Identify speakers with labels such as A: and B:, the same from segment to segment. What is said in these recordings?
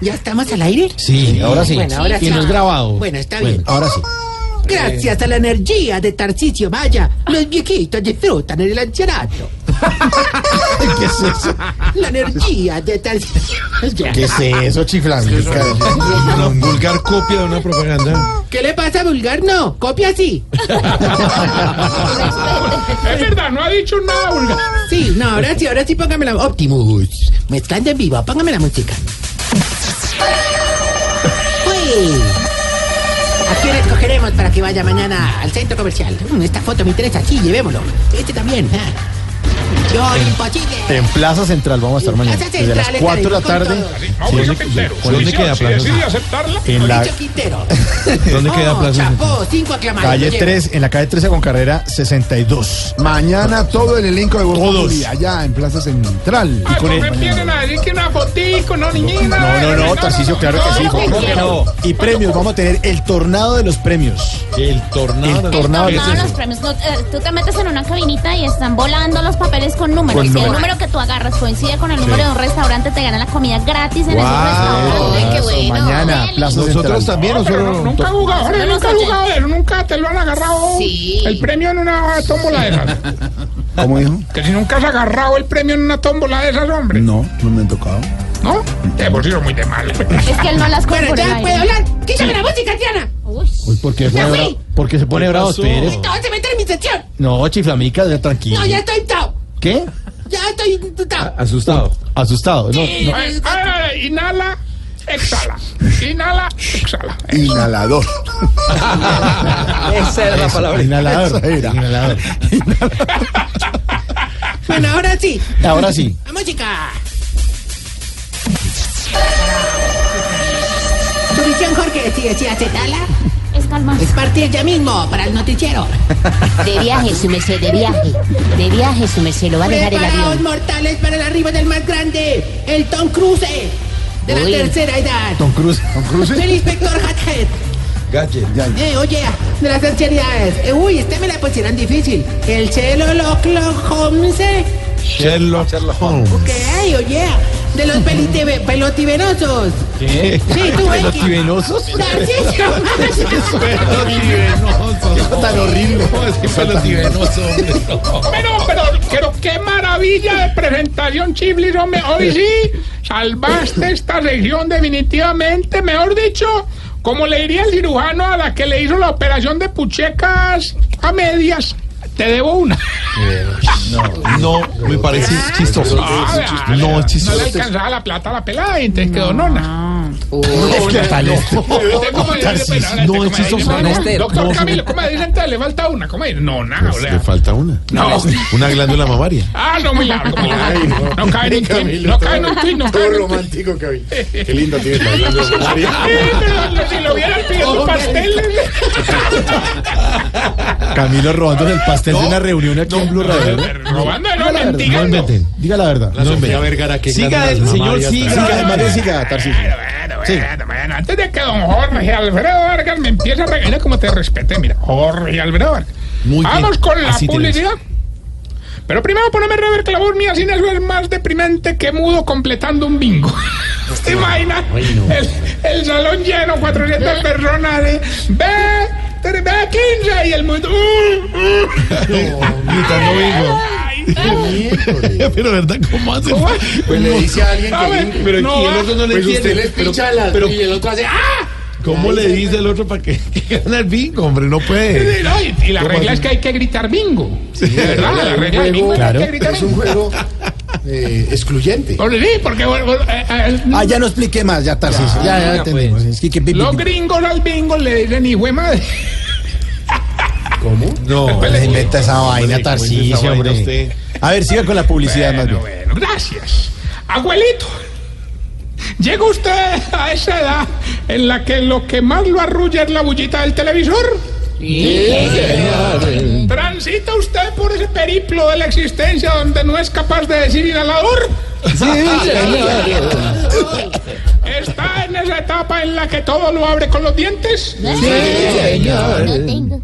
A: ¿Ya estamos al aire?
B: Sí, ahora sí.
A: Bueno, ahora
B: y
A: sí.
B: no es grabado.
A: Bueno, está bien.
B: Ahora sí.
A: Gracias a la energía de Tarcisio Maya, los viejitos disfrutan en el ancianato.
B: ¿Qué es eso?
A: La energía de Tarcisio Maya.
B: ¿Qué es eso, chiflamica? Una vulgar copia de una propaganda.
A: ¿Qué le pasa, vulgar? No, copia así.
C: Es verdad, no ha dicho nada vulgar.
A: Sí, no, ahora sí, ahora sí, póngame la... Optimus, me están en vivo, póngame la música. Uy. ¿A quién escogeremos para que vaya mañana al centro comercial? Mm, Esta foto me interesa, sí, llevémoslo. Este también. ah. Yo, imposible.
B: En Plaza Central vamos a estar mañana.
A: Plaza
B: Desde las
A: Central
B: 4 de la
A: estaremos con
B: tarde.
A: todo.
C: Mauricio Quintero.
B: ¿Por dónde
C: Si-
B: queda
C: Si
B: Plaza?
C: decide aceptarla,
B: En la
A: Mauricio Quintero.
B: ¿Dónde queda
A: Oh,
B: Plaza Central?
A: Chapó, cinco aclamados.
B: Calle
A: Oye,
B: 3, en la calle 13 con carrera 62.
D: Mañana todo el elenco de Grupo
B: Todos.
D: Moli allá en Plaza Central.
C: ay,
B: con
C: no
B: el-
C: Ah, me vienen a decir que una fotico, no, niñina.
B: No, no, no, Tarcicio, claro que sí.
C: no,
B: ¿Cómo que no? Y premios, vamos a tener el tornado de los premios.
E: El tornado.
B: El tornado de los
F: Todos
B: premios.
F: los premios. no, eh, tú te metes en una cabinita y están volando los papeles con números.
B: Con
F: Y si
B: números.
F: el número que tú agarras coincide con el número de un restaurante, te gana la comida gratis en ese restaurante.
B: Guau,
F: Qué bueno.
B: Mañana, Plaza
D: Nosotros
B: Central.
D: también,
C: pero no,
D: nosotros.
C: nunca he jugado,
F: Son
C: Jorge,
F: de los
C: nunca he jugado
F: ochenta.
C: de eso, nunca te lo han agarrado
F: Sí.
C: el premio en una tómbola de esas.
D: ¿Cómo dijo?
C: Que si nunca has agarrado el premio en una tómbola de esas, hombre.
D: No, no me han tocado.
C: ¿No? Te hemos ido muy de mal. pues.
F: Es que él no las
A: Bueno,
F: corpora.
A: ya puedo hablar. Quítame la música, Tiana.
B: Uy, ¿por qué,
A: Ya
B: pone
A: fui.
B: bravo? ¿Por qué se pone bravo?
E: pasó?
B: Espere.
A: No, se mete en mi sección.
B: No, chiflamica, ya tranquilo.
A: No, ya estoy tao.
B: ¿Qué?
A: Ya estoy tao.
E: Asustado.
B: Asustado. No, no.
C: Ay, ay, ay, inhala, exhala. Inhala, exhala.
D: Inhalador.
E: Esa era la palabra.
B: Inhalador.
D: Eso era.
B: Inhalador.
A: Bueno, ahora sí.
B: Ahora sí.
A: La música. Su visión, Jorge, si decía Zetala,
F: Es calma.
A: es partir ya mismo para el noticiero.
G: De viaje, su merced, de viaje. De viaje, su merced, lo va a dejar el
A: Preparaos,
G: avión.
A: mortales, para el arribo del más grande, el Tom Cruise, de la
G: Uy.
A: tercera edad.
B: Tom Cruise. Tom Cruise.
A: El inspector Hathead. Eh, oye, de las ansiedades. Eh, uy, este me la pusieron difícil. El Chelo Loclo Holmes. eh,
B: Sherlock Holmes.
A: ¿Qué hay, oye? De los pelitebe- pelotibenosos.
B: ¿Qué?
A: Sí, tú, ven.
B: ¿Pelotibenosos?
A: Tarcisio Maya.
B: Pelotibenosos. Tan horrible. Pelotibenosos.
C: Hombre, no, pero, pero qué maravilla de presentación, Chiblis, hombre. Hoy sí, salvaste esta región definitivamente. Mejor dicho, como le diría el cirujano a la que le hizo la operación de puchecas a medias, te debo una.
E: No, me parece chistoso.
C: Ah,
E: No, es
C: No le
E: chistoso.
C: alcanzaba la plata a la pelada y te quedó nona. Usted como le dice,
E: Tarcisio,
C: pelada,
E: no,
C: usted
E: es
C: como le
E: chistoso,
C: dice,
E: no,
C: pelada.
E: este,
C: Doctor
E: no. Pues
C: Camilo, ¿cómo le dicen? Te le falta una. ¿Cómo le dicen? Nona, o sea.
E: Le falta una.
C: No.
E: Una glándula mamaria.
C: Ah, no, muy largo, muy largo. No cae en un tweet, no cae en un tweet, no cae en un tweet.
D: romántico que vi. Qué lindo tiene la hablando de
C: Sí, pero si lo vieran pidiendo pasteles.
B: Camilo robándose el pastel de una reunión aquí en Blue Radio.
C: Robando, no,
B: Diga la verdad,
C: mendigando.
B: No inventen. Diga la verdad. No inventen.
E: Siga el señor,
B: Siga,
E: siga.
B: además de siga, Tarcisio.
C: Bueno, bueno, bueno, bueno. Antes de que don Jorge Alfredo Vargas me empiece a regañar como te respete, mira, Jorge Alfredo Vargas.
E: Muy bien,
C: Vamos con la
E: así te
C: publicidad. Pero primero poneme rever que la voz mía sin algo es más deprimente que mudo completando un bingo. ¿Te imaginas? El, el salón lleno, 400 personas de B, tres, B, 15 y el mudo. uh, uh. Ay,
E: Pero verdad, ¿cómo hace?
C: ¿cómo?
D: Pues le dice a alguien
C: A ver,
D: que.
C: no va.
E: le
D: Pues usted
E: entiende.
D: les
E: Pero-
D: pincha las.
E: pero-
D: Y el otro hace. ¡Ah!
E: ¿Cómo le dice el otro para que que gane el bingo, hombre? No puede.
C: Sí, no, y, y la regla es que hay que gritar bingo. De ¿verdad? La regla de bingo es que hay que gritar
D: Es un
C: bingo.
D: juego eh, excluyente.
C: Hombre, sí, porque bueno, bueno, eh, eh,
B: Ah, ya no expliqué más, ya Tarcisio. Ya, ya entendimos. Es que- que-
C: los gringos al bingo le dicen hijo de madre.
E: No.
B: Pues le inventa esa vaina, Tarcisio,
E: vaina
B: hombre.
E: usted.
B: A ver, siga con la publicidad más
C: Bueno,
B: bien.
C: bueno, gracias. Abuelito. Llega usted a esa edad en la que lo que más lo arrulla es la bullita del televisor. Transita usted por ese periplo de la existencia donde no es capaz de decir inhalador. Está en esa etapa en la que todo lo abre con los dientes.
F: No tengo.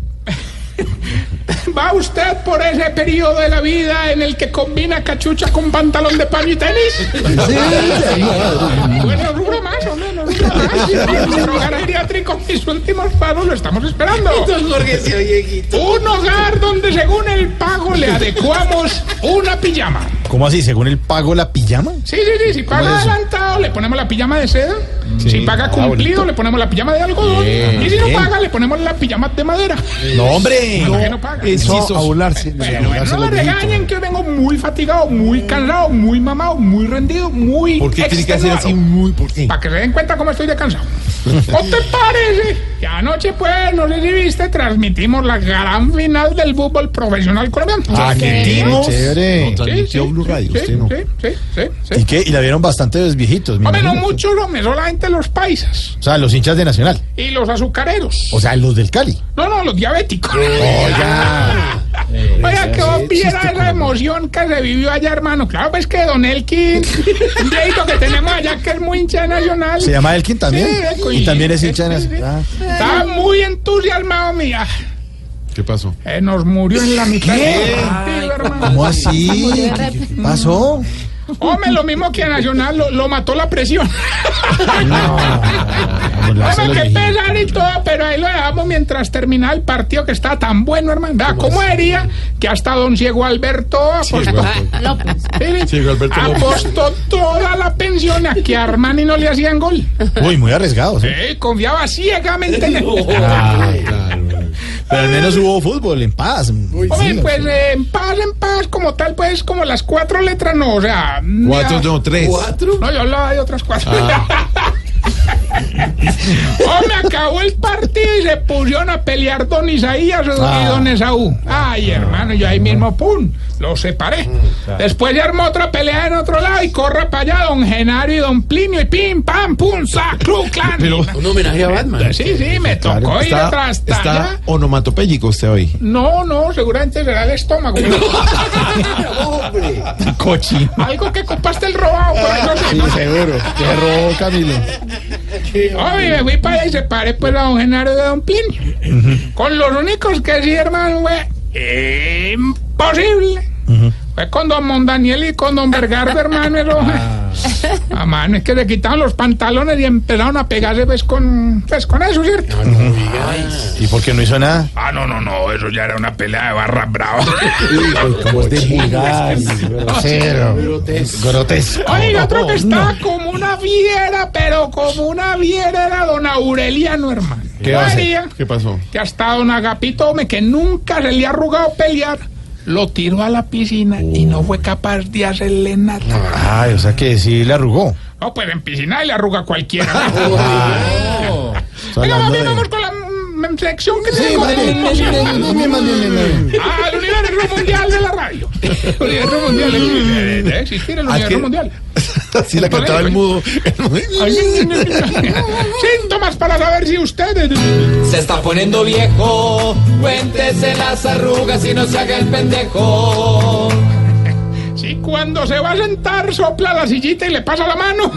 C: Va usted por ese periodo de la vida en el que combina cachucha con pantalón de paño y tenis. Bueno, rubro más o menos, rubro más. Nuestro hogar geriátrico, mis últimos pagos lo estamos esperando. Un hogar donde según el pago le adecuamos una pijama.
E: ¿Cómo así? ¿Según el pago la pijama?
C: Sí, sí, sí. Si paga adelantado, le ponemos la pijama de seda. si paga cumplido, le ponemos la pijama de algodón. y si no paga, le ponemos la pijama de madera.
E: No, hombre.
C: ¿Por qué no paga?
E: Eso a burlarse.
C: Bueno, bueno, no me regañen que yo vengo muy fatigado, muy cansado, muy mamado, muy rendido, muy
E: ¿Por qué tiene que hacer así
C: extenuado.
E: muy? ¿Por qué?
C: Para que se den cuenta cómo estoy de cansado. ¿O te parece? Que anoche, pues, no sé si viste, transmitimos la gran final del fútbol profesional colombiano.
E: Argentinos.
B: Chévere.
E: Lo transmitió Blue Radio,
C: sí,
E: usted no.
C: sí, sí, sí, sí.
E: ¿Y qué? Y la vieron bastante viejitos. me
C: Hombre, no
E: imagino.
C: muchos, hombre, solamente los paisas
E: O sea, los hinchas de Nacional.
C: y los azucareros.
E: O sea, los del Cali.
C: No, no, los diabéticos.
E: Oiga.
C: Oiga, que vos viera la emoción que se vivió allá, hermano. Claro, pues que Don Elkin, un viejito que tenemos allá que es muy hincha de nacional.
E: Se llama Elkin también.
C: Sí, Elkin.
E: y también es
C: Sí,
E: hincha de
C: sí, sí.
E: Nacional. Ah.
C: Estaba muy entusiasmado, mía.
B: ¿Qué pasó?
C: Eh, nos murió en la mitad. del partido, hermano.
E: ¿Cómo así? ¿Qué, qué- qué pasó?
C: Hombre, lo mismo que a Nacional, lo, lo mató la presión.
E: Burlarse
C: Hombre,
E: los
C: qué
E: viejitos.
C: pesar y todo, pero ahí lo dejamos mientras terminaba el partido que está tan bueno, hermano. Vea, ¿Cómo diría que hasta don Diego Alberto apostó? Mire,
B: Diego Alberto López.
C: apostó toda la pensión a que a Armani no le hacían gol.
E: Uy, muy arriesgados. ¿eh?
C: Eh, confiaba ciegamente en él.
E: Pero al menos hubo fútbol en paz.
C: Hombre,
E: Sí,
C: pues eh, en paz, en paz, como tal, pues como las cuatro letras, no, o sea.
B: Cuatro,
C: mira,
B: no, Ah. tres.
C: No, yo hablaba de otras cuatro. Hombre, acabó el partido y se pusieron a pelear don Isaías y don- y
B: Ah.
C: don Esaú. Ay, hermano, yo ahí mismo, pum, los separé.
B: Ah,
C: Después ya armó otra pelea en otro lado y corre para allá don Genario y don Plinio y pim, pam, pum, sac, clu, clan.
D: Un homenaje a Batman.
C: Eh, Sí, sí, me tocó
B: Claro,
C: ir
B: está,
C: atrás. hasta
B: está
C: allá.
B: onomatopéyico usted hoy.
C: No, no, seguramente será el estómago.
D: Hombre.
E: Cochi.
C: Algo que copaste el robado, por eso sí,
B: Sí,
C: ¿no?
B: seguro.
E: Qué robo, Camilo.
C: Oye, me fui para allá y separé pues a don Genaro de don Plin. Con los únicos que sí, hermano, fue imposible. Fue con don Mondaniel y con don Vergardo, hermano. Eso, a mano, es que le quitaron los pantalones y empezaron a pegarse pues con, pues, con eso, ¿cierto?
E: ¿Y por qué no hizo nada?
C: Ah, no, no, no, eso ya era una pelea de barra brava. pues,
D: pues,
E: Como es de vulgar, grosero, grotesco.
C: Oye, y otro que estaba como una fiera, pero como una fiera era don Aureliano, hermano.
B: ¿Qué va a hacer?
C: María.
B: ¿Qué pasó?
C: que ha estado un agapito, hombre, que nunca se le ha arrugado pelear, lo tiró a la piscina y no fue capaz de hacerle nada.
E: Ay, o sea que sí le arrugó.
C: No, pues en piscina le arruga a cualquiera. Venga,
E: hablando
C: mami,
E: de-
C: vamos con la mm, sección que tengo. Ah, el universo mundial de la radio. El universo mundial. eh, Debe existir el
B: qué?
C: universo mundial.
B: Así la cantaba el mudo.
C: Ay, Síntomas para saber si ustedes...
H: Se está poniendo viejo, cuéntese las arrugas y no se haga el pendejo.
C: Si cuando se va a sentar sopla la sillita y le pasa la mano.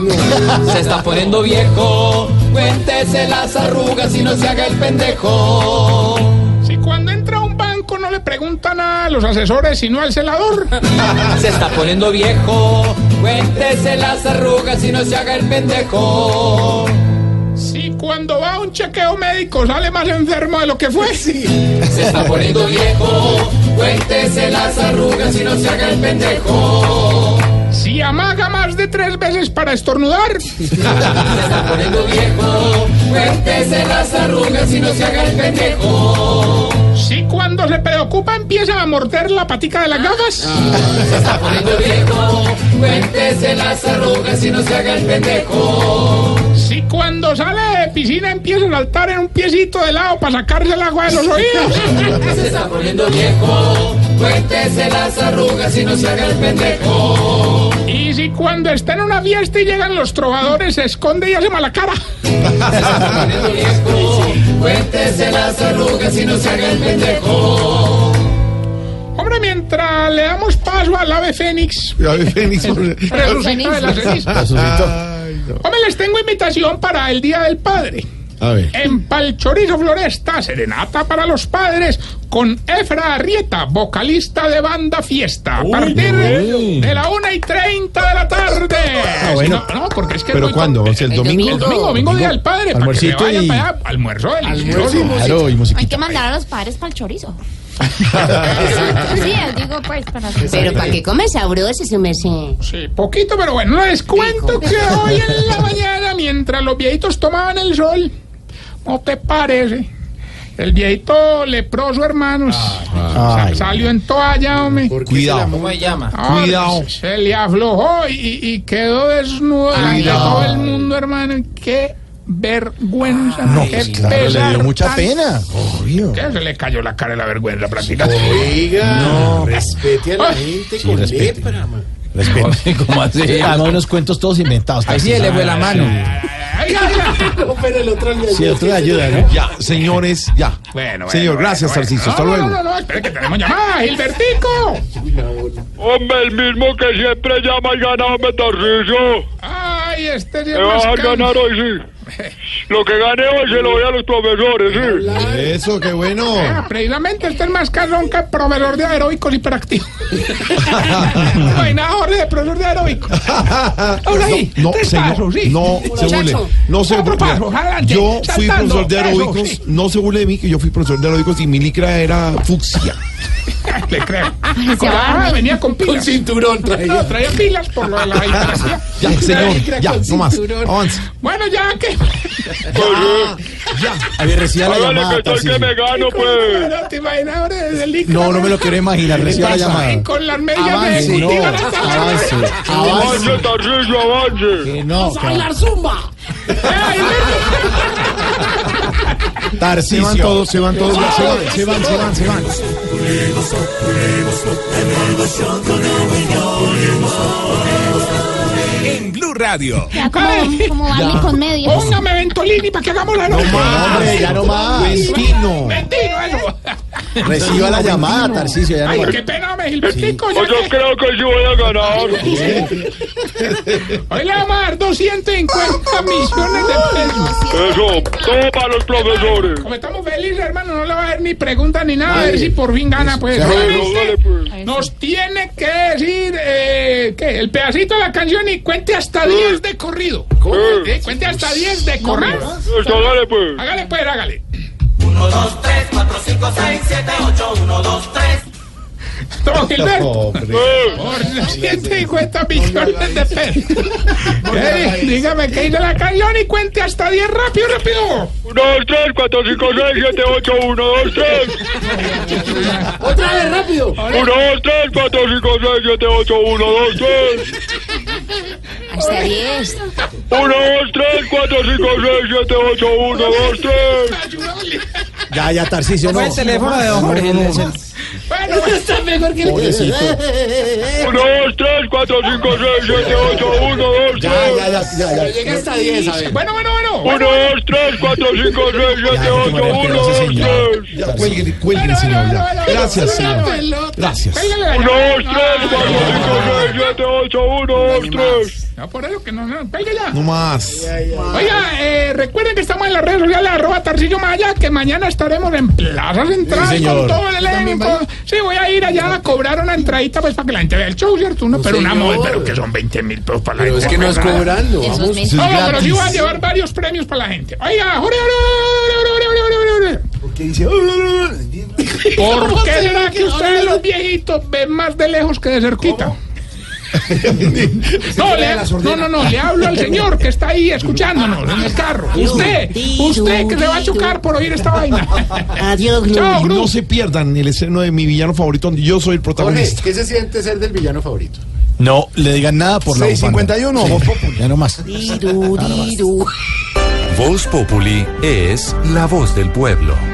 H: Se está poniendo viejo, cuéntese las arrugas y no se haga el pendejo.
C: Si cuando entra a un banco no le preguntan a los asesores sino al celador.
H: Se está poniendo viejo, cuéntese las arrugas y no se haga el pendejo.
C: Si cuando va a un chequeo médico sale más enfermo de lo que fue.
H: Se está poniendo viejo, cuéntese las arrugas y no se haga el pendejo.
C: Si amaga más de tres veces para estornudar.
H: Se está poniendo viejo, cuéntese las arrugas y no se haga el pendejo.
C: Si cuando se preocupa empieza a morder la patica de las gafas.
H: Se está poniendo viejo, cuéntese las arrugas y no se haga el pendejo.
C: Si cuando sale de piscina empieza a saltar en un piecito de lado para sacarse el agua de los oídos.
H: Se está poniendo viejo, cuéntese las arrugas y no se haga el pendejo.
C: Y si si cuando está en una fiesta y llegan los trovadores, se esconde y hace mala cara.
H: Cuéntese las arrugas y no se haga el pendejo.
C: Hombre, mientras le damos paso al ave Fénix.
E: El ave Fénix, hombre.
C: Resucita de las cenizas. Hombre, les tengo invitación para el Día del Padre.
E: A ver.
C: En Palchorizo Floresta, serenata para los padres con Efra Arrieta, vocalista de banda Fiesta. A partir
E: uy. Ah,
C: de la 1 y 30 de la tarde.
E: bueno.
C: No, no, porque es que.
E: ¿Pero
C: muy
E: cuándo?
C: com-
E: ¿O sea, el
C: El
E: domingo?
C: domingo, domingo, Día del Padre. Para que se
E: Almuercito
C: vayan
E: y-
C: para allá. Almuerzo delicioso.
E: Claro, y
F: Hay
E: musiquita.
F: que mandar a los padres para el chorizo. Sí, yo digo pues para
G: Pero para que come sabroso, su merced.
C: Sí, poquito, pero bueno, no les cuento que hoy en la mañana, mientras los viejitos tomaban el sol, ¿no te parece? El viejito leproso, hermanos, sa-
E: Ah, Ay,
C: salió en toalla, hombre.
E: Cuidado.
D: ¿Cómo se llama?
C: Ah,
E: cuidado.
C: Se, se le aflojó y, y quedó desnudo ante
E: Cuidado.
C: todo el mundo, hermano. Qué vergüenza.
E: No,
C: qué
E: pues claro, le
C: pesar
E: dio mucha
C: tan-
E: pena. Obvio.
C: que Se le cayó la cara de la vergüenza prácticamente.
D: Oiga, respete a la
C: Ay,
D: gente
E: sí,
D: con
E: respete.
D: lepra, man.
E: Respeto.
H: ¿Cómo así?
E: Además, unos cuentos todos inventados.
H: Ahí sí le fue la mano.
C: Ay, ay, ay.
D: No, pero el otro le
E: Sí, otro le ayuda, ¿no? Ya, señores, ya.
C: Bueno, bueno,
E: Señor,
C: bueno,
E: gracias,
C: bueno.
E: Tarcisio.
C: No,
E: Hasta
C: no,
E: luego.
C: No, no, no, espere que tenemos llamada, Gilbertico.
I: Hombre, el mismo que siempre llama y gana, hombre, Tarcicio.
C: Ay, este sí es
I: Me vas a
C: más can-
I: ganar hoy, sí. Lo que gane hoy se lo voy a los profesores, sí.
E: Eso, qué bueno.
C: Ah, precisamente este es más carrón que proveedor de aeróbicos hiperactivo. no hay nada, Jorge, de proveedor de aeróbicos. Ahora sí,
E: no,
C: tres
E: señor,
C: pasos, sí.
E: no se burle. No se
C: Cuatro
E: burle.
C: pasos, adelante,
E: Yo fui
C: saltando,
E: profesor de
C: eso,
E: aeróbicos.
C: sí.
E: No se burle de mí, que yo fui profesor de aeróbicos y mi licra era fucsia.
C: Le creo.
F: se
C: Con la
F: va a
C: baja
F: dormir.
C: venía con
D: Con
C: pilas.
D: cinturón traía.
C: No, traía pilas por lo de la hiperactividad.
E: Ya, señor,
D: licra
E: ya,
D: con
E: no más.
D: cinturón.
E: Avance.
C: Bueno, ya que.
E: Había recibido
I: Hágale que estoy que me gano, pues.
C: No te imaginas, Jorge, desde el licra.
E: quiero imaginar. Reciba
C: Pasa, y Con las medias
E: Avance,
C: de ejecutiva
E: no,
C: hasta la-
I: Avance, Tarcicio, avance.
E: No,
D: ¡Bailar zumba!
C: Ay, Gilberto.
E: Se van todos, se van todos. Se van, se van, se van. Se van.
J: En Blue Radio.
F: Ya como, como Barney con medias.
C: Póngame Ventolini para que hagamos la noche.
E: Hombre, ya no más. Destino.
C: Mentira, eso.
E: Reciba la llamada, Tarcicio. Ya
C: Ay, qué pena, hombre, Gilbertico.
I: Pues yo creo que sí voy a ganar.
C: Hoy le vamos a dar 250 millones de pesos.
I: Eso, todo para los profesores.
C: Como estamos felices, hermano, no le va a dar ni pregunta ni nada. A ver si por fin gana, pues.
I: Bueno, dale, pues.
C: Nos tiene que decir eh, ¿qué? el pedacito de la canción y cuente hasta 10 de corrido.
I: Sí.
C: Eh, Cuente hasta 10 de corrido.
I: Eso, dale, pues.
C: Hágale, pues, hágale. 1, 2, 3, 4, 5, 6, 7, 8, 1, 2, 3. Gilberto.
I: Eh,
C: Por 150 millones de pesos. Eh, Dígame que hizo la canción y cuente hasta 10 rápido, rápido.
I: 1, 2, 3, 4, 5, 6, 7, 8, 1, 2, 3.
D: ¡Otra vez, rápido!
I: 1, 2, 3, 4, 5, 6, 7, 8, 1, 2, 3.
G: Hasta 10.
I: 1, 2, 3, 4, 5, 6, 7, 8, 1, 2, 3.
E: Ya, ya, Tarcicio, no.
H: Fue el teléfono de don Jorge.
C: Bueno,
D: Está mejor que el
E: Pobrecito.
I: 1, 2, 3, 4, 5, 6, 7, 8, 1, 2, 3.
E: Ya, ya, ya, ya, ya.
D: Llega hasta 10, a ver.
C: bueno, bueno. bueno.
I: 1, 2, 3, 4, 5, 6, 7, 8, 1, 2, 3.
E: Ya, cuelgue, cuelgue, señor. ya. Gracias, señor. Gracias.
C: Cuélgale la
I: 1, 2, 3, 4, 5,
C: llamada.
I: 6, 7, 8, 1, 2, 3.
C: No, por eso que no, no, pégala.
E: No más.
C: Oiga, eh, recuerden que estamos en las redes sociales, arroba Tarcillo Maya, que mañana estaremos en Plaza Central
E: Sí,
C: con
E: señor.
C: todo el elenco. Sí, voy a ir allá a cobrar una entradita pues para que la gente vea el show, ¿cierto? Uno, pero una
D: señor.
C: moda, pero que son 20 mil pesos para la
D: Pero
C: gente.
D: es que no es
C: ¿verdad?
D: cobrando.
G: Eso es
D: Vamos.
G: mentira.
C: No, no, pero sí voy a
E: gratis.
C: llevar varios premios para la gente. Oiga, Jorge, Jorge, Jorge, Jorge, Jorge, Jorge.
D: Porque dice...
C: ¿Por qué será que ustedes los viejitos ven más de lejos que de cerquita? No, le- no, no, no, le hablo al señor que está ahí escuchándonos en el carro. Usted, usted que se va a chocar por oír esta vaina.
G: Adiós,
C: Chao,
E: Y
C: Gru.
E: no se pierdan el estreno de mi villano favorito, donde yo soy el
D: Jorge,
E: protagonista.
D: ¿qué se siente ser del villano favorito?
E: No le digan nada por la 651, ya no más.
G: Diru, diru.
K: Voz Populi es la voz del pueblo.